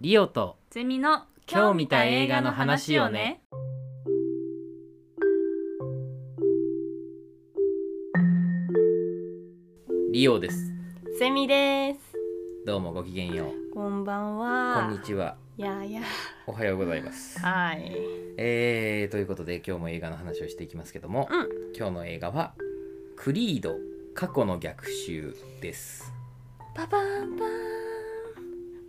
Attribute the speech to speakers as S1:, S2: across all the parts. S1: リオと
S2: ゼミの
S1: 今日見た映画の話をね。リオです
S2: ゼミです。
S1: どうもごきげんよう
S2: こんばん
S1: こ
S2: は。
S1: んにちは
S2: やあや
S1: おはようございます
S2: あ。はい。
S1: えー、ということで今日も映画の話をしていきますけども、
S2: うん
S1: 今日の映画はクリード過去の逆襲です
S2: パパンパン。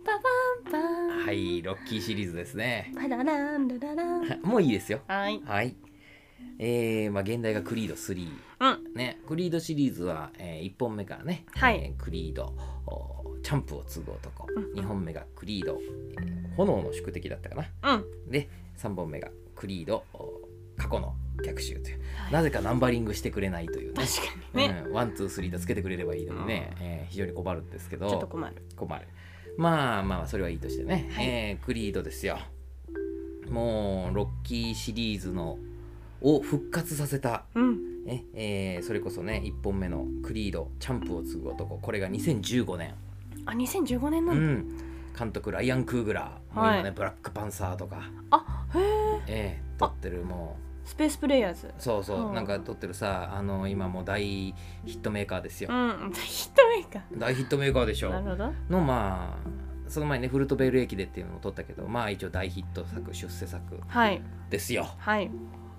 S2: パパンパン。
S1: はいロッキーシリーズですね
S2: パラランラララン。
S1: もういいですよ
S2: はい。
S1: はいえー、まあ現代がクリード3
S2: うん。
S1: ね、クリードシリーズは、え1本目からね、
S2: はい
S1: えークリードおチャンプを継ぐ男
S2: うんうん
S1: 2本目がクリード、えー炎の宿敵だったかな
S2: うん。
S1: で3本目がクリードお過去の逆襲という、なぜかナンバリングしてくれないというね
S2: 確かにね。
S1: うん、ワンツースリーとつけてくれればいいのにね、えー非常に困るんですけ
S2: ちょっと
S1: ど
S2: 困る。
S1: 困るまあまあそれはいいとしてね、
S2: はい
S1: えークリードですよもうロッキーシリーズのを復活させた
S2: うん。
S1: ねえーそれこそね1本目の「クリードチャンプを継ぐ男」これが2015年、
S2: あ、2015年な
S1: うん
S2: だ。
S1: 監督ライアン・クーグラーもう今ね、
S2: はい
S1: ブラックパンサー」とか、
S2: あ、へえ。
S1: えー撮ってるも
S2: スペースプレイヤーズ
S1: う。そうそう、
S2: うん
S1: なんか撮ってるさあの今もう大ヒットメーカーですよ
S2: う、ん。ヒットメーカ
S1: 大ヒットメーカーでし
S2: ー。
S1: ょ
S2: なるほど。
S1: のまあその前にねフルトベール駅でっていうのも撮ったけどまあ一応大ヒット作出世作
S2: はい。
S1: ですよ
S2: はい。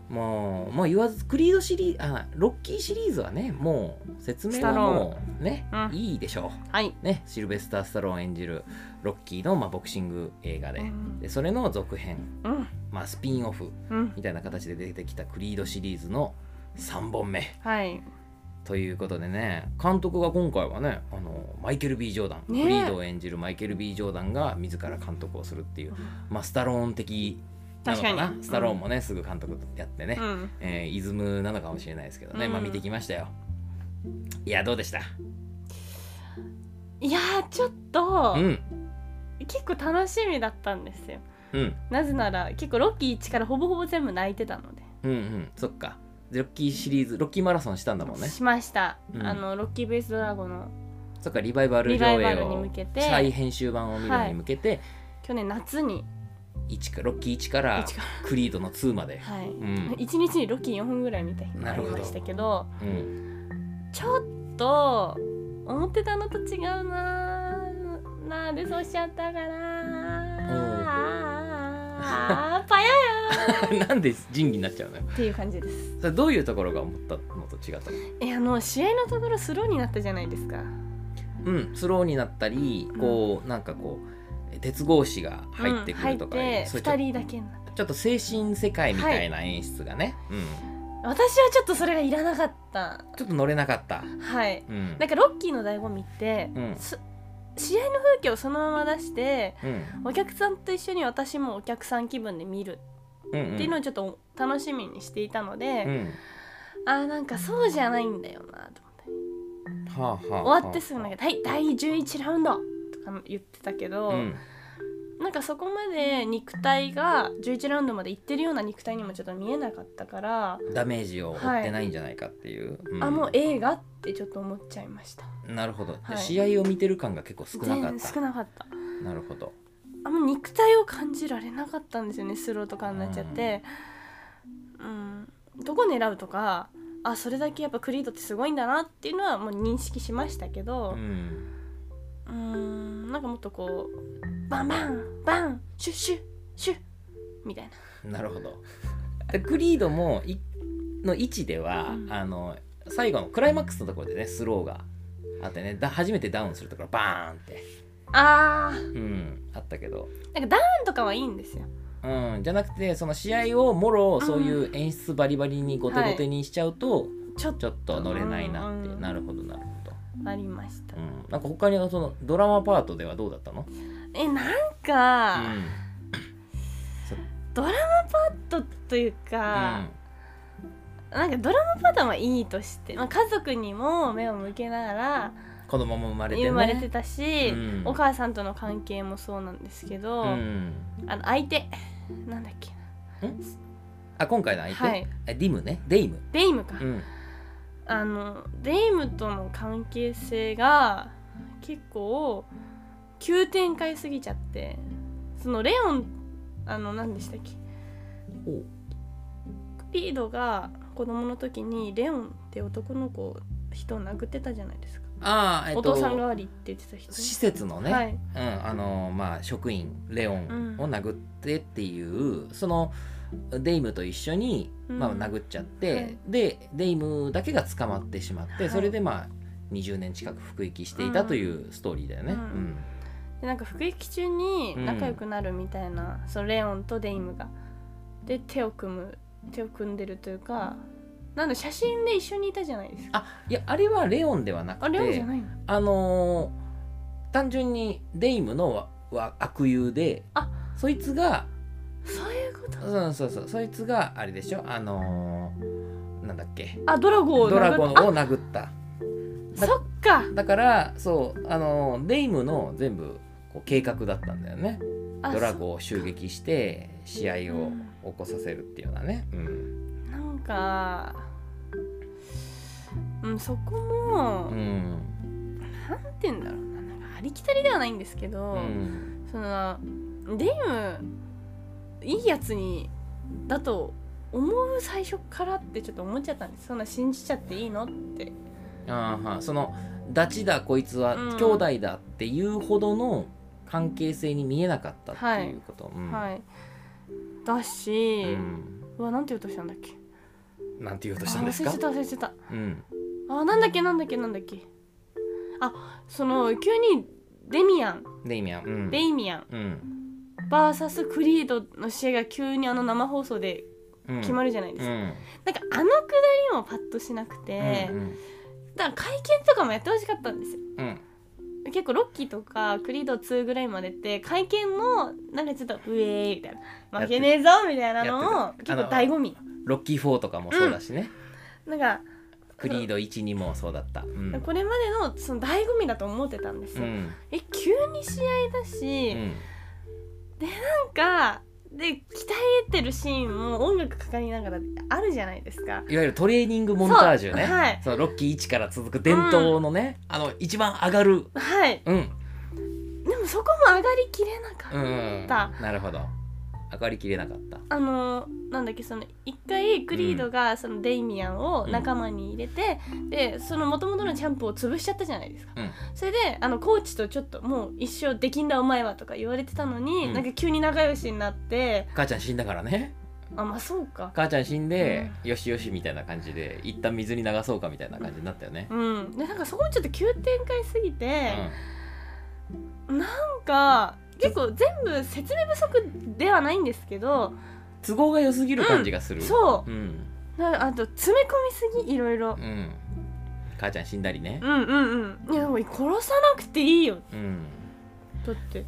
S1: もうもう言わずクリードシリーズあロッキーシリーズはねもう説明はもうね、
S2: うん
S1: いいでしょう
S2: はい。
S1: ね、シルベスター・スタローン演じるロッキーの、まあ、ボクシング映画
S2: う
S1: で
S2: ん
S1: でそれの続編、
S2: うん。
S1: まあ、スピンオフ
S2: うん。
S1: みたいな形で出てきたクリードシリーズの3本目
S2: はい。
S1: ということでね監督が今回はねあのマイケル・ B ・ジョーダン、
S2: ねえ
S1: クリードを演じるマイケル・ B ・ジョーダンが自ら監督をするっていう、まあ、スタローン的なのかな
S2: 確かに
S1: スタローンもね、すぐ監督やってね、
S2: うん。
S1: えーイズムなのかもしれないですけどね、まあ
S2: うん
S1: 見てきましたよいやどうでした
S2: いやーちょっと、
S1: うん
S2: 結構楽しみだったんですよ
S1: うん
S2: なぜなら結構ロッキー1からほぼほぼ全部泣いてたので、
S1: うんうんそっかロッキーシリーズロッキーマラソンしたんだもんね
S2: しました、
S1: うん
S2: あのロッキーベースドラゴンの
S1: そっかリバイバル
S2: リ
S1: 上
S2: バイバ
S1: 映
S2: ルに
S1: を
S2: 向けて
S1: 再編集版を見るのに向けて、
S2: 去年夏に
S1: 一かロッキー1から
S2: 一か
S1: クリードの2まで、
S2: はい、
S1: うん
S2: 一日にロッキー4本ぐらい見た日も
S1: な
S2: あ
S1: る
S2: り
S1: ほど
S2: ましたけど
S1: うん、
S2: ちょっと思ってたのと違うなーなんでそうしちゃったかなーあーパヤー
S1: なんで仁義になっちゃうのよ
S2: っていう感じです
S1: それどういうところが思ったのと違ったの
S2: えあの試合のところスローになったじゃないですか
S1: うんスローになったりこう、なんかこう鉄格子が入ってくるとか、
S2: うん入って
S1: そういうちょ
S2: 2人だけになっ
S1: ちょっと精神世界みたいな演出がね、うん、
S2: た私はちょっとそれがいらなかった
S1: ちょっと乗れなかった、
S2: はい
S1: うん
S2: なんかロッキーの醍醐味って、
S1: うん
S2: す試合の風景をそのまま出して
S1: うん
S2: お客さんと一緒に私もお客さん気分で見る
S1: うんうん
S2: っていうのをちょっと楽しみにしていたの
S1: う
S2: で、
S1: ん
S2: あーなんかそうじゃないんだよなと思って
S1: はあはあ、
S2: 終わってすぐなんか「はい第11ラウンド」とか言ってたけど、
S1: うん
S2: なんかそこまで肉体が11ラウンドまでいってるような肉体にもちょっと見えなかったから、
S1: ダメージを負ってないんじゃないかっていう、うん
S2: あもう映画ってちょっと思っちゃいました
S1: なるほど、
S2: はい
S1: 試合を見てる感が結構少なかっ
S2: 全
S1: た
S2: 少なかった
S1: なるほど
S2: あんま肉体を感じられなかったんですよねスローとかになっちゃって、うん、どこ狙うとかあそれだけやっぱクリードってすごいんだなっていうのはもう認識しましたけ
S1: う
S2: ど
S1: ん
S2: うんなんかもっとこうバンバンバンシュッシュッシュッみたいな
S1: なるほどでクリードもいの位置では、
S2: うん
S1: あの最後のクライマックスのところでねスローがあってねだ初めてダウンするところバーンって、
S2: あー
S1: うん、あったけど、
S2: なんかダウンとかはいいんですよ
S1: うん、じゃなくてその試合をもろそういう演出バリバリに後手後手にしちゃうと、
S2: ちょっ
S1: ちょっと乗れないなって、
S2: うん
S1: なるほどなるほど、
S2: とありました
S1: うん、なんか他にそのドラマパートではどうだったの、
S2: えなん
S1: う
S2: か、
S1: ん
S2: ドラマパッドというか、なんかドラマパターンはいいとして、まあ、家族にも目を向けながら
S1: うん、子供も生まれてね
S2: 生まれてたし、
S1: うん
S2: お母さんとの関係もそうなんですけど、
S1: うん、
S2: あの相手なんだっけ
S1: あ今回の相手、
S2: はい
S1: えディムねデイム、
S2: デイムか、
S1: うん、
S2: あのデイムとの関係性が結構急展開すぎちゃってそのレオンあの何でしたっけ
S1: おう
S2: クリードが子供の時にレオンって男の子人を殴ってたじゃないですか、
S1: ああえっ
S2: お
S1: と
S2: 父さん代わりって言ってた人ね
S1: 施設のね、
S2: はい
S1: うん、あのまあ職員レオンを殴ってっていう、そのデイムと一緒に、まあ、
S2: うん
S1: 殴っちゃって、
S2: はい
S1: でデイムだけが捕まってしまって、
S2: はい
S1: それでまあ20年近く服役していたというストーリーだよね。う
S2: うん
S1: ん
S2: でなんか服役中に仲良くなるみたいな、そのレオンとデイムがで手を組む手を組んでるというかなんだ写真で一緒にいたじゃないですか
S1: あいやあれはレオンではな
S2: あ
S1: く
S2: レオンじ
S1: て
S2: ゃ
S1: あ
S2: ないの
S1: のー単純にデイムのはは悪友で
S2: あ
S1: そいつが
S2: そういうこと
S1: そうそうそうそいつがあれでしょあのーなんだっけ
S2: あドラゴンを
S1: ドラゴン
S2: ン
S1: を殴った。
S2: そっか
S1: だからそうあのデイムの全部こう計画だったんだよね
S2: あ
S1: ドラゴンを襲撃して試合を
S2: うん
S1: 起こさせるっていうようなね、うん
S2: そなんかうんそこも、
S1: うん
S2: なんて言うんだろうななんかありきたりではないんですけど、
S1: うん
S2: そのデイムいいやつにだと思う最初からってちょっと思っちゃったんですそんな信じちゃっていいのって
S1: あーはーその「ダチだこいつは
S2: うん
S1: 兄弟だ」っていうほどの関係性に見えなかったっていうこと、うん
S2: はいだし、
S1: うん
S2: うわなんて言おうとしたんだっけ
S1: なんて言おう
S2: あ
S1: としたんです
S2: 忘れ
S1: か
S2: てた忘れてた
S1: うん
S2: あなんだっけなんだっけなんだっけあその急にデミアン
S1: デイミャン、うん、
S2: デイミアン
S1: うん、
S2: VS クリードの試合が急にあの生放送で
S1: うん、
S2: 決まるじゃないです
S1: う
S2: か、
S1: ん
S2: なんかあのくだりもパッとしなくて、
S1: うんうん
S2: だから会見とかもやってほしかったんですよ
S1: うん
S2: 結構ロッキーとかクリード2ぐらいまでって会見のなんかちょっと「ウェーイ」みたいな「負けねえぞ」みたいなの
S1: や
S2: を
S1: ってた
S2: 結
S1: あの
S2: 構醍醐味
S1: ロッキー4とかもそうだしね、
S2: なんか
S1: クリード12もそうだった、うん
S2: これまでのその醍醐味だと思ってたんです
S1: う
S2: よ、
S1: ん
S2: え急に試合だし、
S1: うん
S2: なんかで鍛えてるシーンも音楽かかりながらあるじゃないですか
S1: いわゆるトレーニングモンタージュね
S2: そうはい
S1: そのロッキー1から続く伝統のね、あの一番上がる
S2: はい
S1: うん
S2: でもそこも上がりきれなかった、
S1: うん
S2: た
S1: なるほど上がりきれなかった
S2: あのなんだっけその一回クリードがそのデイミアンを仲間に入れて、でその元々のチャンプを潰しちゃったじゃないですか、
S1: うん
S2: それであのコーチとちょっともう一生できんだお前はとか言われてたのに、
S1: うん
S2: なんか急に仲良しになって
S1: 母ちゃん死んだからね
S2: あまあそうか
S1: 母ちゃん死んで、よしよしみたいな感じで一旦水に流そうかみたいな感じになったよね、
S2: うんでなんかそこもちょっと急展開すぎ
S1: う
S2: て、
S1: ん
S2: なんか結構全部説明不足ではないんですけど
S1: 都合が良すぎる感じがする、うん、
S2: そう
S1: うん、
S2: なあと詰め込みすぎいろいろ、
S1: 母ちゃん死んだりね
S2: うん、うんうんいやもう殺さなくていいよ
S1: うん
S2: だって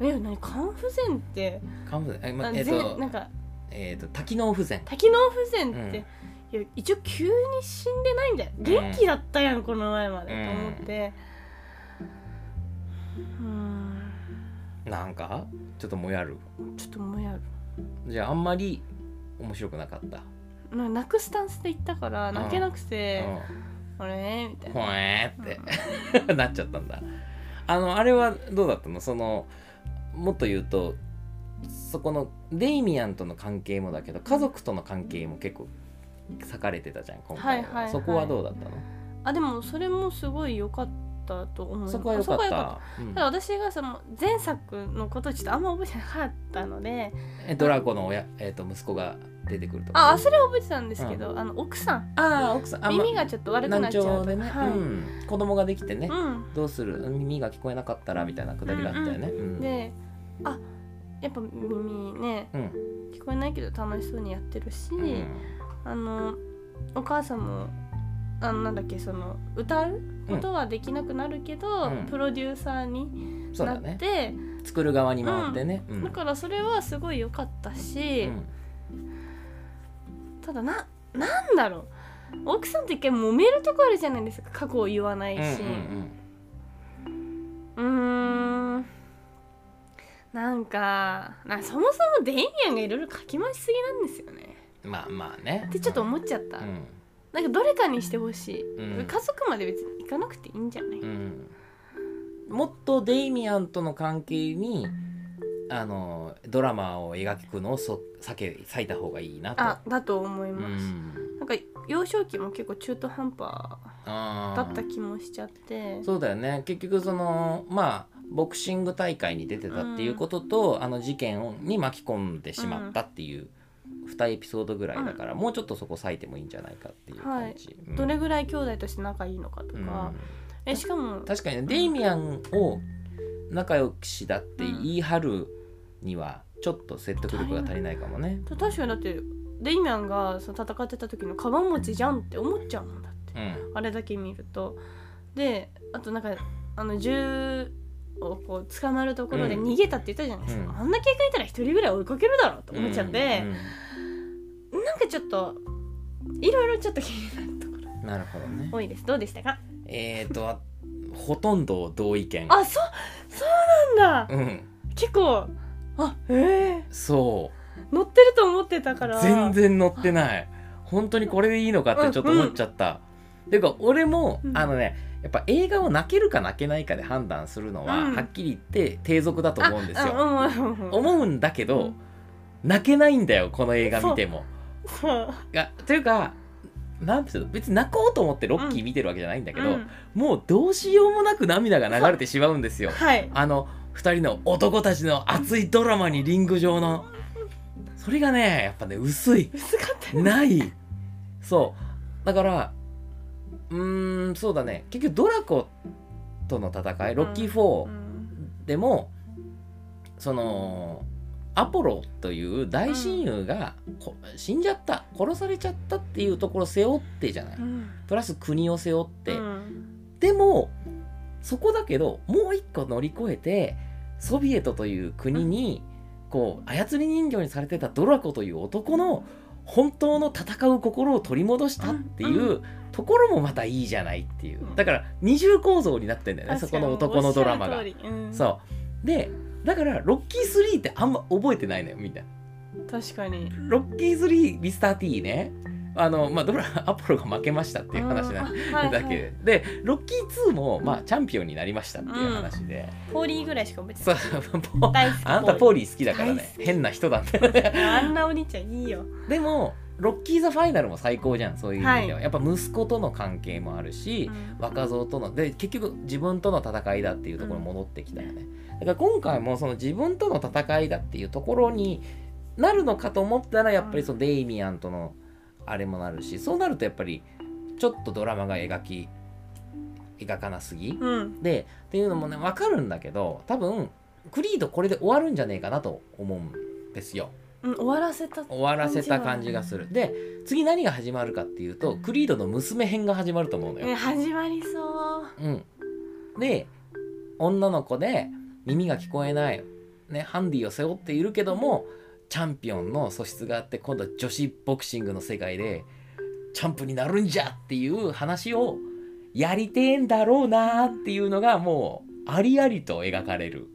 S2: え何肝不全って、
S1: カムえ,、ま
S2: あ
S1: えっ、
S2: ぜ
S1: と
S2: なんか
S1: えっ、と多機能不全
S2: 多機能不全って、いや一応急に死んでないんだよ元気だったやん、この前まで、
S1: うん
S2: と思ってうーん
S1: なんかちょっともやる
S2: ちょっともやる
S1: じゃああんまり面白くなかった、
S2: な泣くスタンスで行ったから
S1: ん
S2: 泣けなくて、
S1: うん
S2: あれみたい
S1: ほ
S2: な
S1: えーって なっちゃったんだあのあれはどうだったのそのもっと言うとそこのデイミアンとの関係もだけど家族との関係も結構裂かれてたじゃん今回は,、
S2: はいはいはい
S1: そこはどうだったの、
S2: あでもそれもすごい良かったと思う
S1: そこは良か
S2: そ
S1: っ
S2: こは良
S1: たうん
S2: ただ私がその前作のことをちょっとあんま覚えてなかったので
S1: えドラコの親、えー、と息子が出てくるとか
S2: あそれは覚えてたんですけど、あの奥さん
S1: あー奥さんあま
S2: 耳がちょっと悪くな
S1: 難
S2: っちゃう
S1: 聴
S2: と
S1: でね、
S2: はい
S1: うん、子供ができてね、
S2: うん、
S1: どうする耳が聞こえなかったらみたいなくだりがあったよね、うん
S2: であやっぱ耳ね
S1: うん
S2: 聞こえないけど楽しそうにやってるし、
S1: うん
S2: あのお母さんもあのなんだっけその歌うことはできなくなるけ
S1: う
S2: ど、
S1: ん
S2: プロデューサーに
S1: そう
S2: な
S1: だ
S2: って
S1: ね
S2: だ,、
S1: 作る側に回ってね、うん
S2: からそれはすごい良かったし、
S1: うん
S2: ただななんだろう奥さんと一回揉めるとこあるじゃないですか過去を言わないし、うーんなんかなそもそもデイミアンがいろいろ書き回しすぎなんですよね
S1: うんまあまあね
S2: ってちょっと思っちゃった、
S1: うん
S2: なんかどれかにしてほしい、
S1: うん
S2: 家族まで別に行かなくていいんじゃない、
S1: うんもっとデイミアンとの関係にあのドラマを描くのをそ避け避いた方がいいなと。
S2: あだと思いうます、
S1: ん、
S2: なんか幼少期も結構中途半端
S1: あー
S2: だった気もしちゃって
S1: そうだよね結局そのまあボクシング大会に出てたっていうことと、あの事件に巻き込んでしまったっていう2エピソードぐらいだから、もうちょっとそこ割いてもいいんじゃないかっていう感じ。うん
S2: どれぐらい兄弟として仲いいのかとか、えしかも
S1: うん確かにねデイミアンを仲良しだって言い張るにはちょっと説得力が足りないかもね。
S2: 確かにだってデイミャンがその戦ってた時のカバン持ちじゃんって思っちゃうもんだって、
S1: うん
S2: あれだけ見るとであとなんかあの銃をこう捕まるところで
S1: うん
S2: 逃げたって言ったじゃないですか、
S1: うん
S2: あんな警戒いたら一人ぐらい追いかけるだろうと思っちゃって
S1: う、ん
S2: なんかちょっといろいろちょっと気になるところ
S1: うんなるほどね。
S2: 多いですどうでしたか
S1: えー、とあほとんど同意見。
S2: あそそうなんだ
S1: うん、
S2: 結構あええ
S1: そう
S2: 乗ってると思ってたから
S1: 全然乗ってない本当にこれでいいのかってちょっと思っちゃった、ていうか俺も、
S2: うん
S1: あのねやっぱ映画を泣けるか泣けないかで判断するのは、
S2: うん
S1: はっきり言って低俗だと思うんですよ、
S2: あうんうんうんうん
S1: 思うんだけど、
S2: うん
S1: 泣けないんだよこの映画見ても
S2: そう
S1: いやというかなんていうの別に泣こうと思ってロッキー見てるわけじゃないんだけど、
S2: うん
S1: もうどうしようもなく涙が流れてしまうんですよ
S2: はい
S1: あの2人の男たちの熱いドラマにリング上のそれがねやっぱね薄い
S2: 薄かったよね
S1: ないそうだからうーんそうだね結局ドラコとの戦いロッキー
S2: う
S1: 4
S2: ん
S1: でも、そのアポロという大親友が、こ死んじゃった殺されちゃったっていうところを背負ってじゃない、
S2: うん
S1: プラス国を背負って、
S2: うん
S1: でもそこだけどもう一個乗り越えてソビエトという国にこう操り人形にされてたドラコという男の本当の戦う心を取り戻したっていううところもまたいいじゃないっていう
S2: うん
S1: だから二重構造になってんだよねそ
S2: 確か
S1: こ
S2: に
S1: の男のドラマ
S2: お
S1: が
S2: っ。しゃる通りうん
S1: そうでだからロッキー3ってあんま覚えてないのよみんな。
S2: 確かに
S1: ロッキー3ミスター T ねあの、まあ、ドラアポロが負けましたっていう話なん で
S2: うんはいはい
S1: だけででロッキー2も、まあ、チャンピオンになりましたっていう話で、
S2: ポーリーぐらいしか覚えて
S1: そう
S2: ない
S1: ポ
S2: 大好き
S1: あんたポー
S2: リ
S1: リー好きだから
S2: 大
S1: ね
S2: 好
S1: 変な人なんだよね
S2: ーあんなお兄ちゃんいいよ
S1: でもロッキー・ザ・ファイナルも最高じゃんそういう意味では、
S2: は
S1: やっぱ息子との関係もあるし、若造とので結局自分との戦いだっていうところに戻ってきたよね、だから今回もその自分との戦いだっていうところになるのかと思ったらやっぱりそのデイミアンとのあれもなるしそうなるとやっぱりちょっとドラマが描き描かなすぎ、
S2: うん
S1: でっていうのもね分かるんだけど多分クリードこれで終わるんじゃねえかなと思うんですよ
S2: うん終わらせた
S1: 終わらせた感じがするで次何が始まるかっていうとクリードの娘編が始まると思うの
S2: ね
S1: よ、
S2: 始まりそう
S1: うん、で女の子で耳が聞こえない、ね、ハンディを背負っているけどもチャンピオンの素質があって今度は女子ボクシングの世界でチャンプになるんじゃっていう話をやりてえんだろうなっていうのがもうありありと描かれる。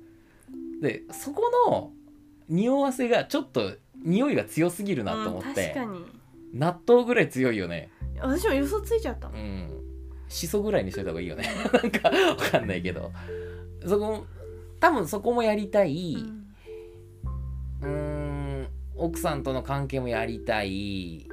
S1: でそこの匂わせがちょっと匂いが強すぎるなと思っ
S2: うん、確
S1: て、
S2: かに
S1: 納豆ぐらい強いよね。
S2: 私も予想ついちゃった
S1: うんしそぐらいにしといた方がいいよね なんかわかんないけどそこも多分そこもやりたい、う
S2: うん
S1: ーん奥さんとの関係もやりたい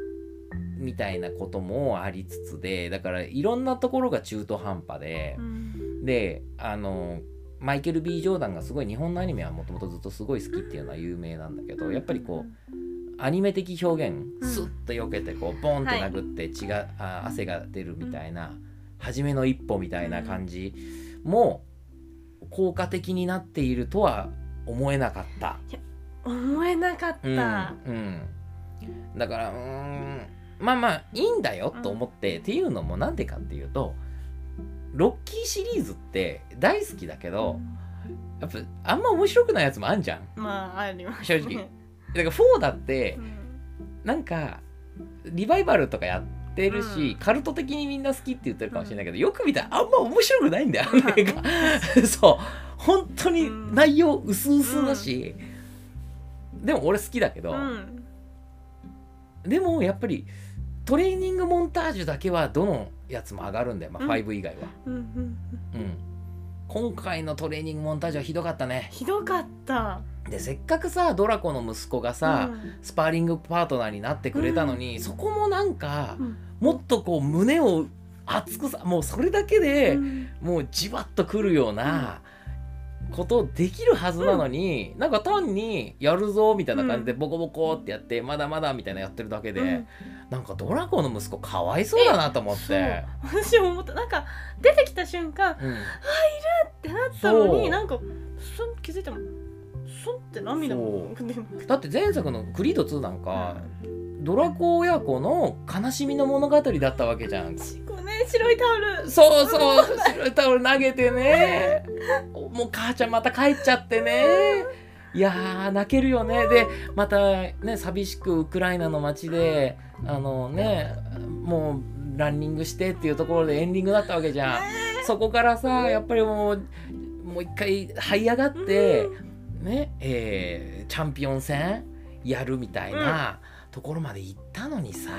S1: みたいなこともありつつでだからいろんなところが中途半端で
S2: う、ん
S1: であのマイケル・ B ・ジョーダンがすごい日本のアニメはもともとずっとすごい好きっていうのは有名なんだけどやっぱりこうアニメ的表現、
S2: うん
S1: スッと避けてこうボンって殴って血が、あ汗が出るみたいな、初めの一歩みたいな感じも効果的になっているとは思えなかった。
S2: 思えなかった、
S1: うんうん、だからうーんまあまあいいんだよと思って、っていうのもなんでかっていうとロッキーシリーズって大好きだけどやっぱあんま面白くないやつもあんじゃん。
S2: まああります
S1: 正
S2: ね
S1: 直だから4だって、
S2: うん
S1: なんかリバイバルとかやってるし、
S2: うん
S1: カルト的にみんな好きって言ってるかもしれないけど、よく見たらあんま面白くないんだよ、あの映画 そう本当に内容薄々だし、でも俺好きだけど、
S2: うん
S1: でもやっぱりトレーニングモンタージュだけはどのやつも上がるんだよ、まあ、
S2: うん
S1: 5以外は、
S2: うんう
S1: う
S2: ん
S1: ん今回のトレーニングモンタージュはひどかったね
S2: ひどかった
S1: でせっかくさドラコの息子がさ、
S2: うん
S1: スパーリングパートナーになってくれたのに、そこもなんか
S2: うん
S1: もっとこう胸を熱くさもうそれだけで、
S2: うん
S1: もうじわっとくるようなことできるはずなのに、なんか単にやるぞみたいな感じで
S2: う
S1: ボコボコってやって、まだまだみたいなやってるだけで、
S2: うん
S1: なんかドラゴンの息子かわいそうだなと思っ
S2: そう
S1: て。
S2: 私も思ったなんか出てきた瞬間
S1: うん
S2: ってなったの
S1: そう
S2: になんかそん気づいてもそんって涙も出てくる
S1: だって前作の「クリード2」なんか、ドラコ親子の悲しみの物語だったわけじゃん。
S2: ちこね白いタオル
S1: そうそう白いタオル投げてねもう母ちゃんまた帰っちゃってねいやー泣けるよねでまたね寂しくウクライナの街であのねもうランニングしてっていうところでエンディングだったわけじゃんそこからさやっぱりもうもう一回這い上がってねえーチャンピオン戦やるみたいなところまで行ったのにさ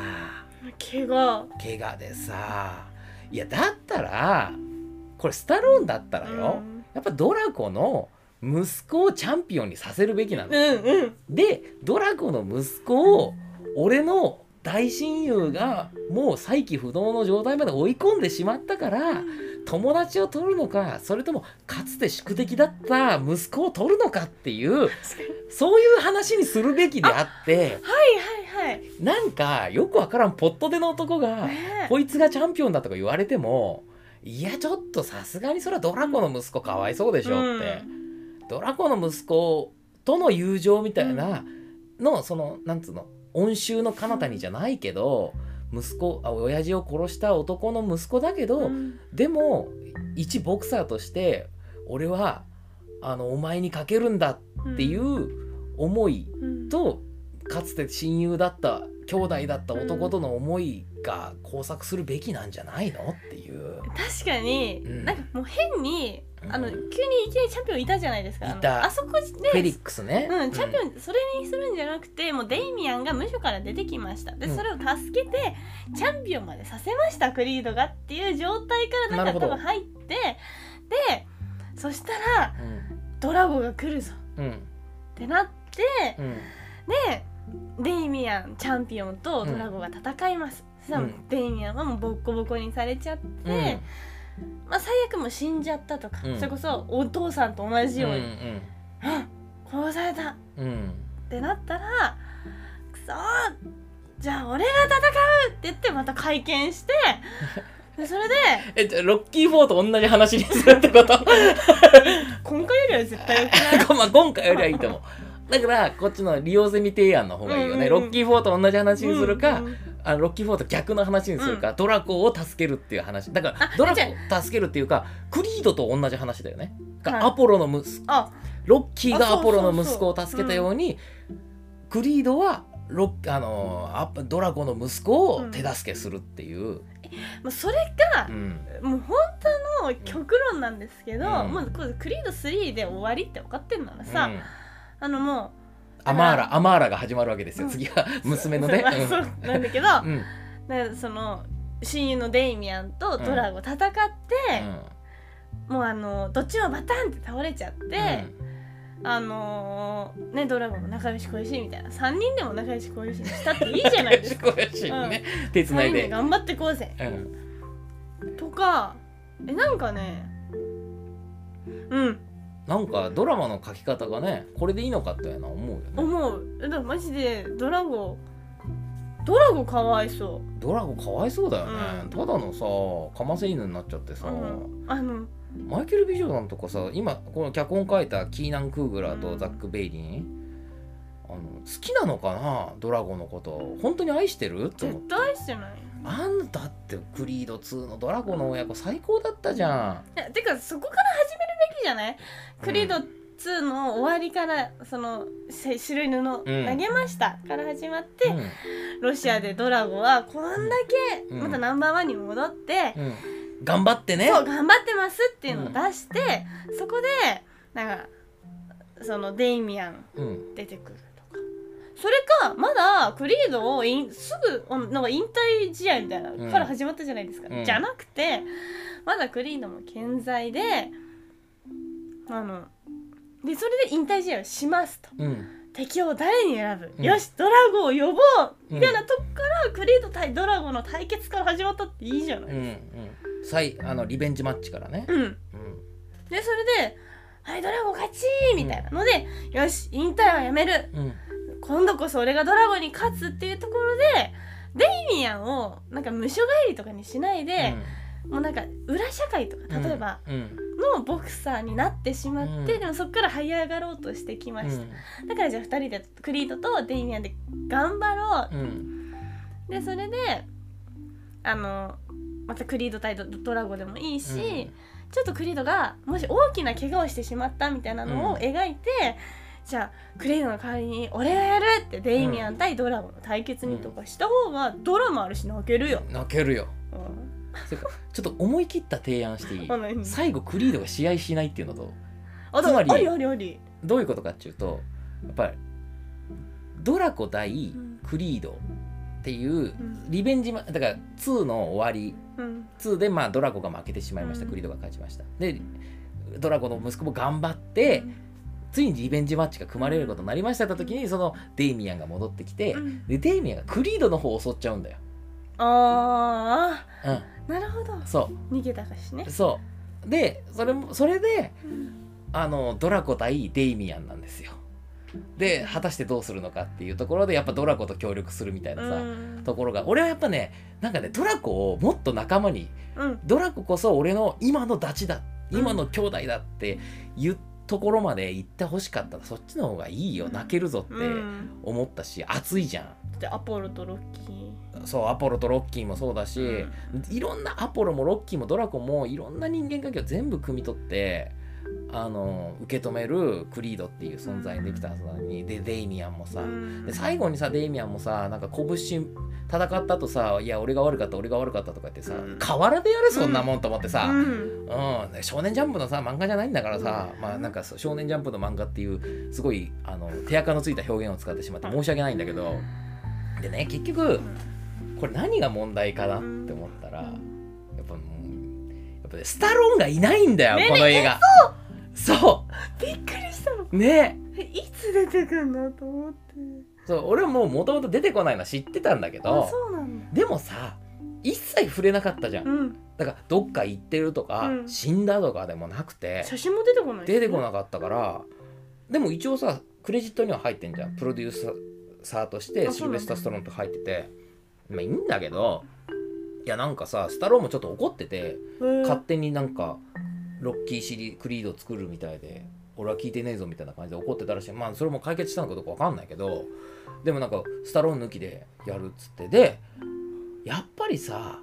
S2: 毛が
S1: 怪我でさいやだったらこれスタローンだったらよ、やっぱドラコの息子をチャンピオンにさせるべきなの。
S2: うんうん
S1: でドラコの息子を俺の大親友がもう再起不動の状態まで追い込んでしまったから友達を取るのかそれともかつて宿敵だった息子を取るのかっていうそういう話にするべきであって
S2: はいはいはいね
S1: なんかよくわからんポットでの男が
S2: え
S1: こいつがチャンピオンだとか言われてもいやちょっとさすがにそれはドラコの息子かわいそうでしょって、ドラコの息子との友情みたいなの、そのなんつうの恩衆の彼方にじゃないけど息子あ親父を殺した男の息子だけど、
S2: うんうん
S1: でも一ボクサーとして俺はあのお前にかけるんだっていう思い
S2: うん
S1: とかつて親友だった兄弟だった男との思いが交錯するべきなんじゃないのっていう
S2: 確かに、
S1: うん
S2: なんかもう変にあの
S1: う
S2: 急に
S1: ん
S2: いきなりチャンピオンいたじゃないですかあの
S1: いた
S2: あそこ
S1: フェ
S2: で、
S1: リックスね、
S2: うん、チャンピ
S1: ン
S2: オン、それにするんじゃなくてもうデイミアンが無所から出てきましたで
S1: うん
S2: それを助けてチャンピオンまでさせましたクリードがっていう状態か
S1: な
S2: らな
S1: る
S2: ん
S1: ほ
S2: か
S1: ど
S2: 多分入ってでそしたら
S1: うん
S2: ドラゴが来るぞ
S1: うん
S2: ってなって
S1: うん
S2: でデイミアンチャンピオンとドラゴが戦います、そしたらもう
S1: うん
S2: デイミアンはもうボッコボコにされちゃって、
S1: うん
S2: まあ、最悪もう死んじゃったとか、
S1: うん
S2: それこそお父さんと同じように、あ殺されたっ
S1: うんうん
S2: てなったらくそーじゃあ俺が戦うって言ってまた会 見してでそれで
S1: えじゃあロッキー4と同じ話にするって こと
S2: 今回よりは絶対良くな い
S1: ごまあ今回よりはいいと思うだからこっちの利用済み提案の方がいいよね、
S2: うんうんうん
S1: ロッキー4と同じ話にするか、
S2: うんうん
S1: あのロッキー4と逆の話にするか、ドラコを助けるっていう話だからドラコ
S2: じゃ
S1: を助けるっていうかクリードと同じ話だよね、が
S2: はい
S1: アポロの息子
S2: あ
S1: ロッキー
S2: あ
S1: が
S2: そう
S1: アポロ
S2: そ
S1: の
S2: うそう
S1: 息子を助けたようにクリードはロッあのアドラコの息子を手助けするっていう、
S2: もうそれが
S1: うん
S2: もう本当の極論なんですけど、
S1: うん
S2: もうこれクリード3で終わりって分かってんならさ、
S1: うん
S2: あのも
S1: アマーラアマーラが始まるわけですよ、
S2: うん
S1: 次は
S2: う
S1: 娘のね
S2: まあ そうなんだけど、
S1: うんうん
S2: でその親友のデイミアンとドラゴ戦って、もうあのどっちもバタンって倒れちゃって、 あのーねドラゴンも仲良し恋しいみたいな3人でも仲良し恋しいにしたっていいじゃない ですか
S1: 小林にね、手つな
S2: 3
S1: い
S2: 人で
S1: で、
S2: 頑張ってこうぜ
S1: うん、
S2: とかえなんかねうん
S1: なんかドラマの書き方がねこれでいいのかってな思うよね
S2: 思うだからマジでドラゴンドラゴンかわいそ
S1: ドラゴンかわいそうだよね、
S2: うん
S1: ただのさかませ犬になっちゃって
S2: う
S1: さ、
S2: うんあの
S1: マイケル・ビジョさんとかさ今この脚本書いたキーナン・クーグラーとザック・ベイリン、あの好きなのかなドラゴンのこと本当に愛してるって思っ
S2: 絶
S1: て
S2: 対してない
S1: あんたってクリード2のドラゴンの親子最高だったじゃ
S2: いやてかそこから始めるべきじゃない、クリード2の終わりからそのせ白い布投げました、から始まっ
S1: ん。
S2: て、ロシアでドラゴはこんだけ
S1: うん
S2: またナンバーワンに戻って、
S1: うんうん頑張ってね
S2: そう頑張ってますっていうのを出して、そこでなんかそのデイミアン
S1: うん
S2: 出てくるとかそれかまだクリードをいんすぐおなんか引退試合みたいな、
S1: うん
S2: から始まったじゃないですか、
S1: うん
S2: じゃなくてまだクリードも健在であのでそれで引退試合をしますと
S1: うん
S2: 敵を誰に選ぶ、
S1: うん
S2: よしドラゴンを呼ぼう
S1: うん
S2: みたいなとこからクリード対ドラゴンの対決から始まったっていいじゃな
S1: う
S2: い
S1: んうん再あのリベンジマッチからね
S2: うん、
S1: うん
S2: でそれで「はいドラゴン勝ち!」みたいなので、よし引退はやめる
S1: うん
S2: 今度こそ俺がドラゴンに勝つっていうところでデイミアンをなんか無所帰りとかにしないで、もうなんか裏社会とか
S1: うん
S2: 例えば
S1: うん
S2: のボクサーになってしまって、
S1: うん
S2: でもそっから這い上がろうとしてきました、だからじゃあ2人でクリードとデイミアンで頑張ろう
S1: うんうん
S2: でそれであのまたクリード対ドドラゴでもいいし、ちょっとクリードがもし大きな怪我をしてしまったみたいなのを描いて、じゃあクリードの代わりに俺がやるってデイミアン対ドラゴの対決にとかした方がドラマあるし泣けるよ。
S1: 泣けるよ
S2: うん
S1: それかちょっと思い切った提案していい
S2: あ何
S1: 最後クリードが試合しないっていうのと
S2: あ
S1: つま
S2: あ
S1: り
S2: りありありあり。
S1: どういうことかっていうとやっぱりドラコ対
S2: うん
S1: クリードっていう
S2: うん
S1: リベンジマだから2の終わり
S2: うん
S1: 2でまあドラゴが負けてしまいました
S2: うん
S1: クリードが勝ちましたでドラゴの息子も頑張ってついにリベンジマッチが組まれることになりましたって時にそのデイミアンが戻ってきて
S2: うん
S1: でデイミアンがクリードの方を襲っちゃうんだよ。
S2: あ
S1: う
S2: ーなるほど
S1: ん、そ
S2: 逃げたかしね
S1: う。 そうでそれもそれで
S2: うん
S1: あのドラコ対デイミアンなんですよ。で果たしてどうするのかっていうところでやっぱドラコと協力するみたいなさ、
S2: うん
S1: ところが俺はやっぱねなんかねドラコをもっと仲間に
S2: うん
S1: ドラコこそ俺の今のダチだ
S2: うん
S1: 今の兄弟だっていうところまで行ってほしかったらそっちの方がいいよ泣けるぞっ
S2: う
S1: て
S2: ん
S1: 思ったし熱いじゃ
S2: だってアポロとロッキー。
S1: んそうアポロとロッキーもそうだし、いろんなアポロもロッキーもドラコもいろんな人間関係を全部汲み取ってあの受け止めるクリードっていう存在にできたはずなのにでデイミアンもさ、
S2: うん
S1: で最後にさデイミアンもさなんか拳戦った後さ「いや俺が悪かった俺が悪かった」とか言ってさ
S2: うん
S1: 河原でやれそんなもんと思ってさ、
S2: うん
S1: うん少年ジャンプのさ漫画じゃないんだからさ、まあなんかそう少年ジャンプの漫画っていうすごいあの手垢のついた表現を使ってしまって申し訳ないんだけどでね結局これ何が問題かなって思ったらやっぱもうやっぱねスタローンがいないんだよ、
S2: ね
S1: この映画。そ
S2: びっくりしたの
S1: うね
S2: えいつ出てくんのと思って
S1: そう俺はもうもともと出てこないのは知ってたんだけ
S2: あ
S1: ど
S2: そうなんだ
S1: でもさ一切触れなかったじゃん
S2: うん
S1: だからどっか行ってるとか、
S2: うん
S1: 死んだとかでもなくて
S2: 写真も出てこない
S1: 出てこ
S2: い
S1: なかったからでも一応さクレジットには入ってんじゃんプロデューサーサーとして
S2: あ
S1: シ
S2: そ
S1: ル
S2: うな
S1: ベス
S2: んだ
S1: ター・ストローンと入っててまあいいんだけどいやなんかさスタローンもちょっと怒ってて勝手になんかロッキーシリクリード作るみたいで俺は聞いてねえぞみたいな感じで怒ってたらしいまあそれも解決したのかどうか分かんないけどでもなんかスタローン抜きでやるっつってでやっぱりさ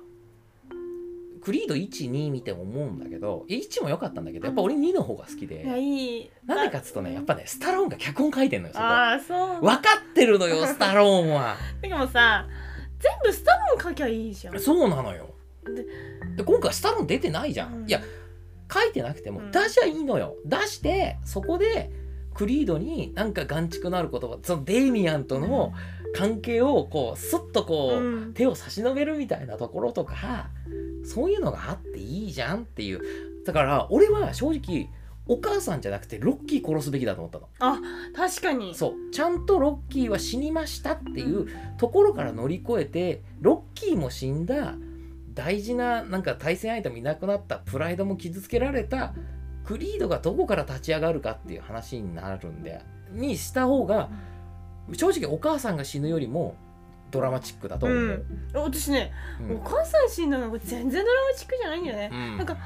S1: クリード12見ても思うんだけどいや1も良かったんだけどやっぱ俺2の方が好き
S2: いや
S1: で
S2: いい
S1: なんでかっつうとねやっぱねスタローンが脚本書いてんのよそこ分
S2: ああそう
S1: かってるの よスタローンは
S2: てかもうさ全部スタローン書きゃいいじゃん
S1: そうなのよ
S2: で
S1: で今回スタローン出てないじゃん、
S2: うん
S1: いや書いてなくても
S2: うん
S1: 出しゃいいのよ、出してそこでクリードになんか眼畜のある言葉そのデイミアンとの関係をこうスッとこう、
S2: うん
S1: 手を差し伸べるみたいなところとかそういうのがあっていいじゃんっていうだから俺は正直お母さんじゃなくてロッキー殺すべきだと思ったの
S2: 確かに
S1: そうちゃんとロッキーは死にましたっていうところから乗り越えてロッキーも死んだ大事ななんか対戦相手もいなくなったプライドも傷つけられたクリードがどこから立ち上がるかっていう話になるんでにした方が正直お母さんが死ぬよりもドラマチックだと思う、
S2: 私ね、
S1: うん
S2: お母さん死んだのが全然ドラマチックじゃないんだよね、
S1: うん
S2: なんか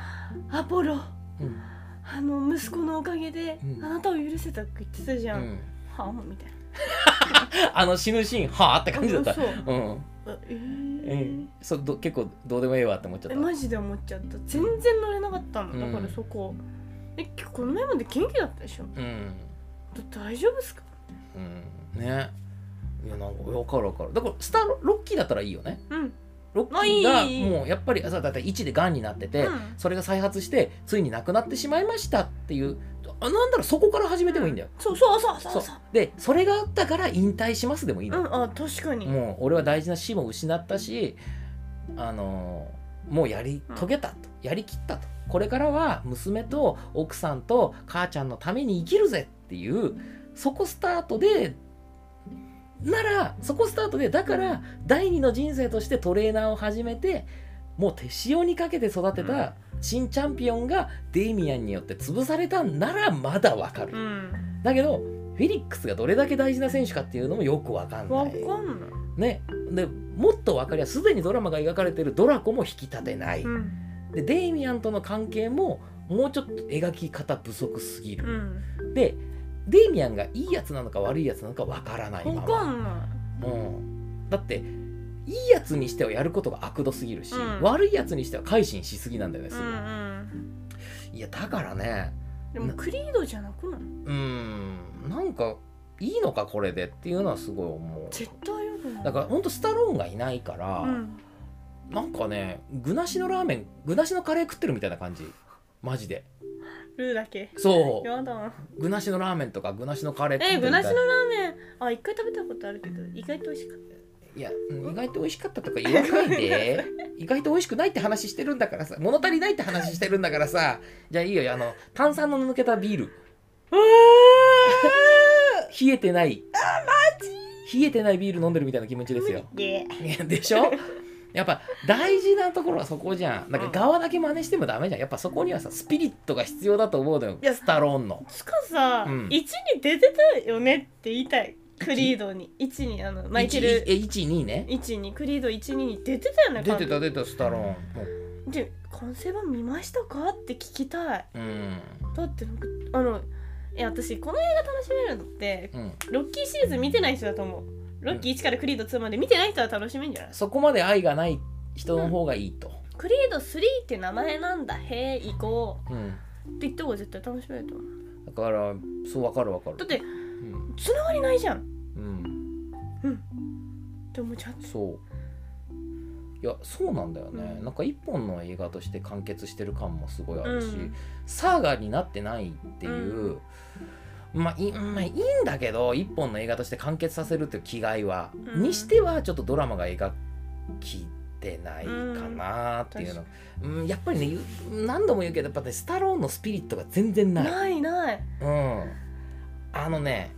S2: アポロ
S1: うん
S2: あの息子のおかげで、
S1: うん
S2: あなたを許せたって言ってたじ
S1: う
S2: ゃん、
S1: ん
S2: はあみたいな
S1: あの死ぬシーンはあって感じだった
S2: あそう
S1: うん
S2: あえ
S1: え
S2: ー
S1: えそうど結構どうでもええわって思っちゃっ
S2: え
S1: た
S2: マジで思っちゃった全然乗れなかったの、
S1: うん
S2: だからそこえ結構この前まで元気だったでしょ
S1: うん
S2: だ大丈夫ですか
S1: うんねいやなんか分かる分かるだからスターロロッキーだったらいいよね
S2: うん
S1: ロッキーが
S2: あいいいいいい
S1: もうやっぱりあさだって1でがんになってて、
S2: うん
S1: それが再発してついに亡くなってしまいましたっていうあなんだろうそこから始めてもいいんだよ、
S2: そうそうそうそうそう
S1: でそれがあったから引退しますでもいいの
S2: う、んあ確かに
S1: もう俺は大事な死も失ったしあのーもうやり遂げたと、やりきったとこれからは娘と奥さんと母ちゃんのために生きるぜっていうそこスタートでならそこスタートでだから第二の人生としてトレーナーを始めてもう手塩にかけて育てた新チャンピオンがデイミアンによって潰されたんならまだわかる
S2: う。ん
S1: だけどフェリックスがどれだけ大事な選手かっていうのもよくわかんな
S2: わか
S1: い。
S2: んない、
S1: ね、でもっとわかりやすすでにドラマが描かれてるドラコも引き立てない、
S2: うん
S1: でデイミアンとの関係ももうちょっと描き方不足すぎ
S2: う
S1: る、
S2: ん、
S1: でデイミアンがいいやつなのか悪いやつなのかわからない
S2: わ
S1: ま
S2: か
S1: ま、
S2: んない
S1: うん、だっていいやつにしてはやることが悪どすぎるし、
S2: うん
S1: 悪いやつにしては改心しすぎなんだよねす
S2: う
S1: ごい
S2: んうん
S1: いやだからね
S2: でもクリードじゃなくないう
S1: ーんなんかいいのかこれでっていうのはすごい思
S2: 絶
S1: う
S2: 対よくない
S1: だからほんとスタローンがいないから、
S2: うん、
S1: なんかね具なしのラーメン具なしのカレー食ってるみたいな感じマジで
S2: ルーだけ
S1: そ
S2: やだ
S1: う具なしのラーメンとか具なしのカレー食って
S2: え
S1: るみ
S2: 具
S1: た
S2: ないしのラーメンあ一回食べたことあるけど意外と美味しかっ
S1: いやうん意外と美味しかったとか言わないで 意外と美味しくないって話してるんだからさ物足りないって話してるんだからさじゃあいいよあの炭酸の抜けたビール
S2: た
S1: 冷えてないあマジ冷えてないビール飲んでるみたいな気持ちですよ
S2: で
S1: いやでしょやっぱ大事なところはそこじゃんなんか側だけ真似してもダメじゃんやっぱそこにはさスピリットが必要だと思うのよ
S2: いや
S1: スタローンの
S2: つかさ、
S1: うん
S2: 一に出てたよねって言いたいクリードに一にあのマイケル
S1: 12ね
S2: 一にクリード一二に出てたよね
S1: 出て
S2: か
S1: た出てたスタローンもう
S2: で完成版見ましたかって聞きたい
S1: うん
S2: だってなんかあのいや私この映画楽しめるのって
S1: うん
S2: ロッキーシリーズン見てない人だと思うロッキー1からクリード2まで見てない人は楽しめんじゃない
S1: そこまで愛がない人の方がいいと、
S2: クリード3って名前なんだへえ行こ
S1: うん、
S2: うって言った方が絶対楽しめると思う
S1: だからそうわかるわかる
S2: だって
S1: うん、
S2: つながりないじゃんっ
S1: うん、
S2: て思っちゃう
S1: そういやそうなんだよね、
S2: うん
S1: なんか一本の映画として完結してる感もすごいあるし、
S2: うん
S1: サーガになってないっていう、まあいまあいいんだけど一本の映画として完結させるっていう気概は、
S2: うん
S1: にしてはちょっとドラマが描きてないかなっていうの、うんやっぱりね言う何度も言うけどやっぱねスタローンのスピリットが全然ない。
S2: ないない
S1: うん、あのね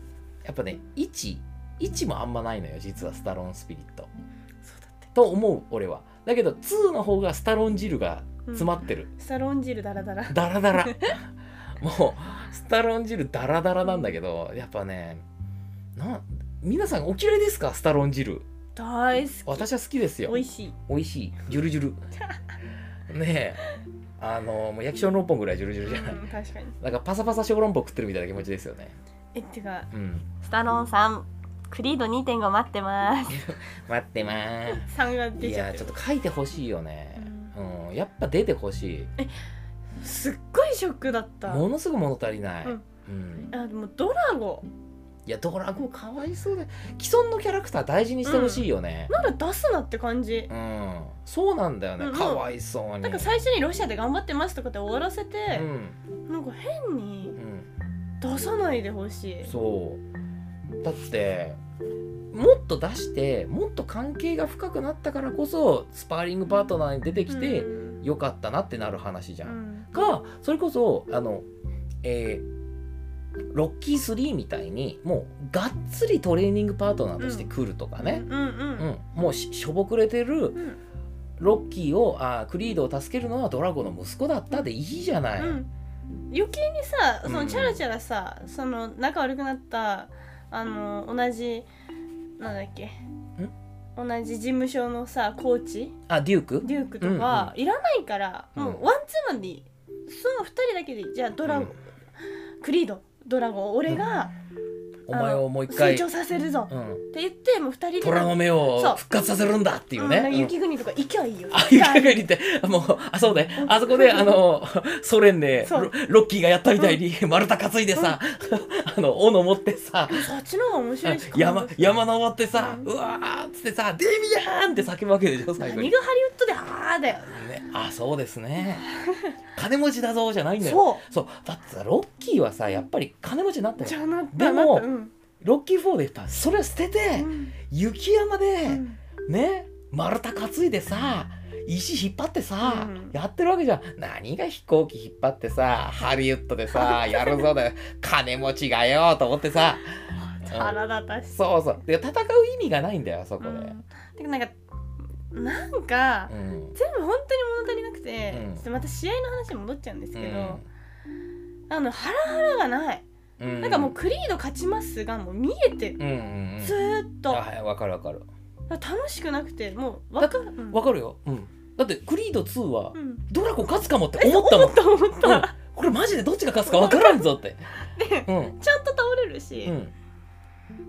S1: やっぱね位置位置もあんまないのよ実はスタローンスピリット。
S2: そうだって
S1: と思う俺は。だけど2の方がスタローン汁が詰ま
S2: っ
S1: ってる。
S2: スタローン汁ダラダラ
S1: ダラダラもうスタローン汁ダラダラなんだけどやっぱねな皆さんお嫌いですかスタローン汁
S2: 大好き
S1: 私は好きですよ
S2: 美味しい
S1: 美味しいジュルジュルねえあのもう焼き小籠包ぐらいジュルジュルじゃない
S2: うん確かに
S1: なんかパサパサ小籠包食ってるみたいな気持ちですよね
S2: えってか
S1: うん
S2: スタローンさんクリード2.5待ってます
S1: 待ってまーす
S2: 3が出
S1: い
S2: ちゃ
S1: や
S2: っ
S1: ち
S2: て
S1: ょ
S2: る
S1: っと書いてほしいよねうん、やっぱ出てほしい
S2: すっごいショックだった
S1: ものすごく物足りない、う
S2: うんんあでもドラゴ
S1: いやドラゴンかわいそうで既存のキャラクター大事にしてほしいよね、
S2: なら出すなって感じ
S1: うん、そうなんだよね、
S2: うん
S1: かわいそうに。
S2: なんか最初にロシアで頑張ってますとかって終わらせて
S1: う、ん、
S2: なんか変に
S1: うん、
S2: 出さないでほしい
S1: そう。だって、もっと出して、もっと関係が深くなったからこそ、スパーリングパートナーに出てきて、
S2: うん
S1: よかったなってなる話じゃ。
S2: うんん
S1: か、それこそ、あの、えーロッキー3みたいにもうがっつりトレーニングパートナーとして来るとかね、
S2: うんうん
S1: うんもうししょぼくれてる
S2: うん
S1: ロッキーをあークリードを助けるのはドラゴの息子だったでいいじゃない、
S2: うん余計にさそ
S1: うんう
S2: の
S1: ん
S2: チャラチャラさ、その仲悪くなったあの同じなんだっけ同じ事務所のさコーチ
S1: あデューク
S2: デュークとか、いらないから、
S1: うん
S2: もうワンツーマンでいいその2人だけでいいじゃあドラゴン、クリードドラゴン俺が
S1: お前をもう一
S2: 成
S1: 回、
S2: 長させるぞ、
S1: うん、
S2: って言ってもう2人で
S1: 虎の目を
S2: そう
S1: 復活させるんだっていうね。
S2: んなんか
S1: うん
S2: 雪国とか行きゃいいよ
S1: あ、雪がりって、もう、あ、そうね、あそこで、あの、ソ連で
S2: そ
S1: ロ
S2: う、
S1: ロッキーがやったみたいに、丸太担いでさ、あの、斧持ってさ、
S2: そっちの方が面白いし
S1: 山、山登ってさ、
S2: う
S1: うわーっつってさ、デミアンって叫ぶわけでしょ、最後
S2: 何
S1: に。
S2: がハリウッドでああだよ
S1: ね、あ、そうですね。金持ちだぞ、じゃないんだよ。
S2: そ
S1: そう、だってさ、ロッキーはさ、やっぱり金持ちになった
S2: うじ
S1: よ。
S2: ゃあなった
S1: でも
S2: なったうん
S1: ロッキー4でやっぱ、それを捨てて、
S2: うん
S1: 雪山で、
S2: うん
S1: ね丸太担いでさ石引っ張ってさ、
S2: うん
S1: やってるわけじゃん何が飛行機引っ張ってさハリウッドで さやるぞだよ金持ちがよと思ってさ
S2: 腹立たしい
S1: そうそうで戦う意味がないんだよあそこで、
S2: うんでなんかなんか、
S1: うん
S2: 全部本当に物足りなくて、
S1: うん
S2: ちょっとまた試合の話に戻っちゃうんですけど、あのハラハラがない、
S1: うん
S2: なんかもうクリード勝ちますがもう見えてる、
S1: うんうんうん
S2: ずーっと
S1: あわかるわかる
S2: 楽しくなくてもうわかる
S1: わかるよ、うん、だってクリード2は
S2: うん、うん、
S1: ドラゴン勝つかもって思ったもん、
S2: 思った思った、
S1: うんこれマジでどっちが勝つかわからんぞ って
S2: で
S1: うん
S2: ちゃんと倒れるし、
S1: うん